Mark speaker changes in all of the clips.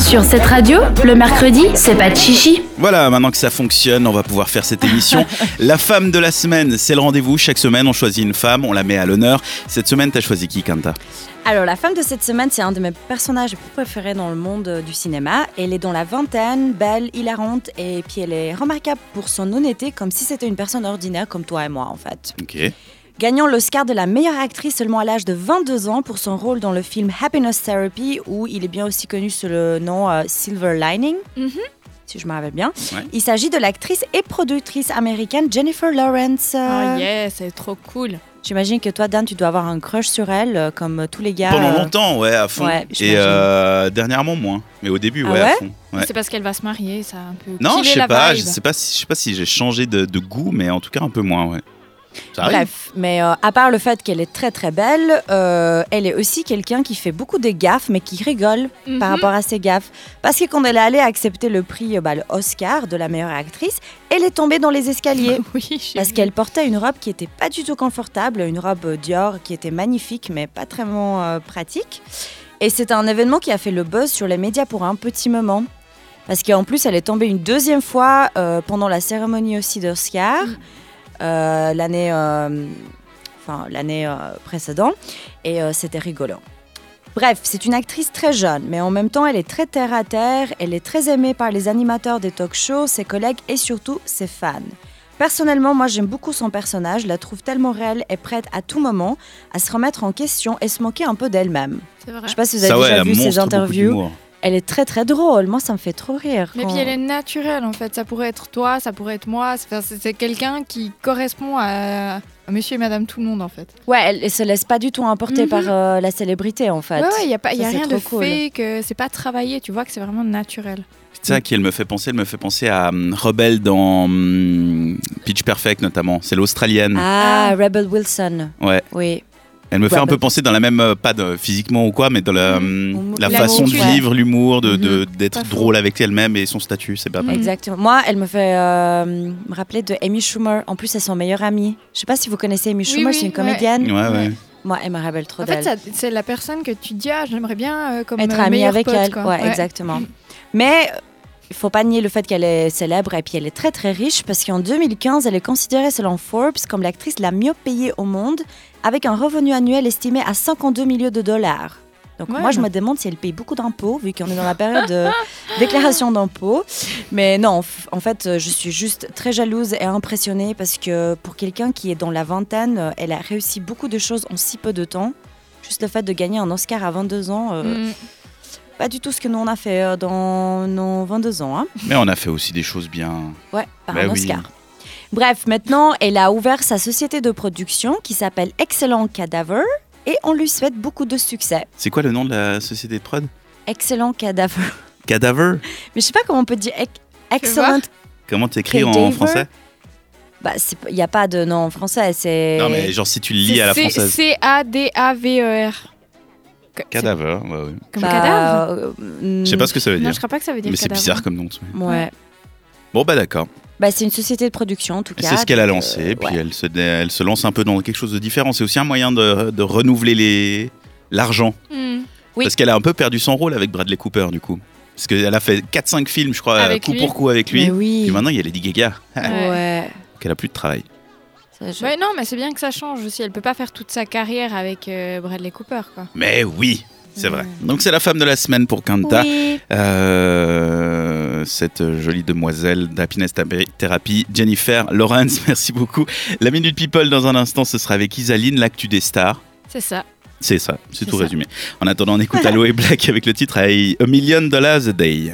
Speaker 1: Sur cette radio, le mercredi, c'est pas de chichi.
Speaker 2: Voilà, maintenant que ça fonctionne, on va pouvoir faire cette émission. la femme de la semaine, c'est le rendez-vous. Chaque semaine, on choisit une femme, on la met à l'honneur. Cette semaine, t'as choisi qui, Quinta
Speaker 3: Alors, la femme de cette semaine, c'est un de mes personnages préférés dans le monde euh, du cinéma. Elle est dans la vingtaine, belle, hilarante, et puis elle est remarquable pour son honnêteté, comme si c'était une personne ordinaire comme toi et moi, en fait.
Speaker 2: Ok.
Speaker 3: Gagnant l'Oscar de la meilleure actrice seulement à l'âge de 22 ans pour son rôle dans le film Happiness Therapy, où il est bien aussi connu sous le nom euh, Silver Lining.
Speaker 1: Mhm.
Speaker 3: Si je me rappelle bien.
Speaker 2: Ouais.
Speaker 3: Il s'agit de l'actrice et productrice américaine Jennifer Lawrence.
Speaker 4: Ah
Speaker 3: Euh,
Speaker 4: yes, c'est trop cool.
Speaker 3: J'imagine que toi, Dan, tu dois avoir un crush sur elle, euh, comme tous les gars.
Speaker 2: Pendant
Speaker 3: euh,
Speaker 2: longtemps, ouais, à fond.
Speaker 3: ouais,
Speaker 2: Et
Speaker 3: j'imagine.
Speaker 2: euh, dernièrement, moins. Mais au début,
Speaker 3: Ah
Speaker 2: ouais, à
Speaker 3: ouais
Speaker 2: fond. Ouais.
Speaker 4: C'est parce qu'elle va se marier, ça a un peu.
Speaker 2: Non,
Speaker 4: killé
Speaker 2: je sais
Speaker 4: la
Speaker 2: pas. Je
Speaker 4: vibe.
Speaker 2: sais pas si je sais pas si j'ai changé de, de goût, mais en tout cas un peu moins, ouais. Ça arrive.
Speaker 3: Bref, mais euh, à part le fait qu'elle est très très belle, euh, elle est aussi quelqu'un qui fait beaucoup de gaffes, mais qui rigole
Speaker 4: Mhm.
Speaker 3: par rapport à ses gaffes. Parce que quand elle est allée accepter le prix euh, bah, le Oscar de la meilleure actrice, elle est tombée dans les escaliers.
Speaker 4: Oui, je
Speaker 3: Parce qu'elle portait une robe qui n'était pas du tout confortable, une robe euh, Dior qui était magnifique mais pas très bon, euh, pratique. Et c'est un événement qui a fait le buzz sur les médias pour un petit moment. Parce qu'en plus, elle est tombée une deuxième fois euh, pendant la cérémonie aussi d'Oscar, euh, l'année euh, enfin, l'année euh, précédente, et euh, c'était rigolo. Bref, c'est une actrice très jeune, mais en même temps, elle est très terre à terre, elle est très aimée par les animateurs des talk shows, ses collègues et surtout ses fans. Personnellement, moi j'aime beaucoup son personnage, la trouve tellement réelle et prête à tout moment à se remettre en question et se moquer un peu d'elle-même.
Speaker 4: C'est vrai.
Speaker 3: Je sais pas si vous avez
Speaker 2: Ça ouais,
Speaker 3: déjà
Speaker 2: elle
Speaker 3: vu
Speaker 2: montre
Speaker 3: ses
Speaker 2: beaucoup
Speaker 3: interviews.
Speaker 2: d'humour.
Speaker 3: Elle est très très drôle, moi ça me fait trop rire.
Speaker 4: Mais
Speaker 3: quand-
Speaker 4: puis elle est naturelle en fait. Ça pourrait être toi, ça pourrait être moi. C'est c'est- c'est quelqu'un qui correspond à... à monsieur et madame tout le monde en fait.
Speaker 3: Ouais, elle, elle se laisse pas du tout emporter
Speaker 4: Mhm.
Speaker 3: par euh, la célébrité en fait.
Speaker 4: Ouais, ouais, il n'y a, pas- y a
Speaker 3: Ça, c'est
Speaker 4: rien de
Speaker 3: trop cool.
Speaker 4: fake, euh, c'est pas travaillé. Tu vois que c'est vraiment naturel.
Speaker 2: C'est ça qui elle me fait penser. Elle me fait penser à hum, Rebelle dans hum, Pitch Perfect notamment. C'est l'australienne.
Speaker 3: Ah,
Speaker 4: Ah.
Speaker 3: Rebel Wilson.
Speaker 2: Mm. Ouais.
Speaker 3: Oui.
Speaker 2: Elle me fait un
Speaker 3: Rebel.
Speaker 2: peu penser dans la même euh, pas de- physiquement ou quoi, mais dans la, hum, la
Speaker 4: L'amour,
Speaker 2: façon de
Speaker 4: ouais.
Speaker 2: vivre, l'humour, de de- d'être
Speaker 4: Pas faux.
Speaker 2: drôle avec elle-même et son statut. C'est
Speaker 3: Mm.
Speaker 2: pas mal.
Speaker 4: Mhm.
Speaker 3: Exactement. Moi, elle me fait euh, me rappeler de Amy Schumer. En plus, c'est son meilleur ami. Je sais pas si vous connaissez Amy
Speaker 4: Oui,
Speaker 3: Schumer,
Speaker 4: oui,
Speaker 3: c'est une
Speaker 4: ouais.
Speaker 3: comédienne.
Speaker 2: Ouais, ouais.
Speaker 4: Ouais.
Speaker 3: Moi, elle me rappelle trop
Speaker 4: En
Speaker 3: d'elle.
Speaker 4: fait, ça- c'est la personne que tu dis, ah, j'aimerais bien euh, comme
Speaker 3: Être
Speaker 4: euh,
Speaker 3: amie
Speaker 4: meilleur
Speaker 3: avec
Speaker 4: pote,
Speaker 3: elle.
Speaker 4: quoi.
Speaker 3: Ouais, exactement. Mais euh, il faut pas nier le fait qu'elle est célèbre et puis elle est très très riche parce qu'en 2015, elle est considérée selon Forbes comme l'actrice la mieux payée au monde avec un revenu annuel estimé à 52 millions de dollars. Donc
Speaker 4: Ouais.
Speaker 3: moi je me demande si elle paye beaucoup d'impôts vu qu'on est dans la période de déclaration d'impôts. Mais non, en f- en fait euh, je suis juste très jalouse et impressionnée parce que pour quelqu'un qui est dans la vingtaine, euh, elle a réussi beaucoup de choses en si peu de temps. Juste le fait de gagner un Oscar à 22 ans, euh,
Speaker 4: Mm.
Speaker 3: pas du tout ce que nous on a fait euh, dans nos 22 ans. Hein.
Speaker 2: Mais on a fait aussi des choses bien.
Speaker 3: Ouais, par
Speaker 2: Bah
Speaker 3: un
Speaker 2: oui.
Speaker 3: Oscar. Bref, maintenant, elle a ouvert sa société de production qui s'appelle Excellent Cadaver et on lui souhaite beaucoup de succès.
Speaker 2: C'est quoi le nom de la société de prod
Speaker 3: Excellent Cadaver.
Speaker 2: Cadaver.
Speaker 3: Mais je sais pas comment on peut dire ec- Excellent.
Speaker 2: Comment t'écris en
Speaker 3: Cadaver
Speaker 2: français
Speaker 3: Bah, il n'y a pas de nom en français, c'est.
Speaker 2: Non mais genre si tu le lis
Speaker 4: C'est
Speaker 2: à la
Speaker 4: C-
Speaker 2: française.
Speaker 4: C-A-D-A-V-E-R. E Que- c'est
Speaker 2: Cadaver. ouais, ouais.
Speaker 4: Comme
Speaker 3: Bah,
Speaker 4: cadavre
Speaker 3: euh,
Speaker 2: Je sais pas ce que ça veut
Speaker 4: Non,
Speaker 2: dire.
Speaker 4: je crois pas que ça veut dire
Speaker 2: Mais c'est
Speaker 4: cadavre.
Speaker 2: bizarre comme nom. mais-
Speaker 3: Ouais.
Speaker 2: Bon bah d'accord.
Speaker 3: Bah, c'est une société de production en tout
Speaker 2: Et
Speaker 3: cas.
Speaker 2: C'est ce qu'elle a
Speaker 3: donc,
Speaker 2: lancé,
Speaker 3: euh,
Speaker 2: puis
Speaker 3: ouais.
Speaker 2: elle, se, dé- elle se lance un peu dans quelque chose de différent. C'est aussi un moyen de, de renouveler les- l'argent.
Speaker 4: Mm.
Speaker 3: Oui.
Speaker 2: Parce qu'elle a un peu perdu son rôle avec Bradley Cooper, du coup. Parce qu'elle a fait 4-5 films, je crois,
Speaker 4: Avec
Speaker 2: coup
Speaker 4: lui.
Speaker 2: pour coup avec lui.
Speaker 3: Mais
Speaker 2: Et
Speaker 3: oui.
Speaker 2: maintenant, il y a Lady Gaga,
Speaker 4: Ouais.
Speaker 3: Ouais.
Speaker 2: qu'elle a plus de travail.
Speaker 3: Ça, je-
Speaker 4: Ouais, non, mais c'est bien que ça change aussi. Elle peut pas faire toute sa carrière avec euh, Bradley Cooper, quoi.
Speaker 2: Mais oui, c'est
Speaker 4: Mm.
Speaker 2: vrai. Donc, c'est la femme de la semaine pour Kanta.
Speaker 3: Oui.
Speaker 2: Euh, cette jolie demoiselle d'Happiness Therapy, Jennifer Lawrence, merci beaucoup. La Minute People, dans un instant, ce sera avec Isaline, l'actu des stars.
Speaker 4: C'est ça.
Speaker 2: C'est ça, c'est
Speaker 4: C'est
Speaker 2: tout
Speaker 4: ça.
Speaker 2: résumé. En attendant, on écoute Allo et Black avec le titre I- A Million Dollars a Day.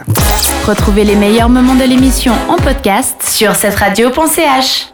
Speaker 1: Retrouvez les meilleurs moments de l'émission en podcast sur cette radio.ch.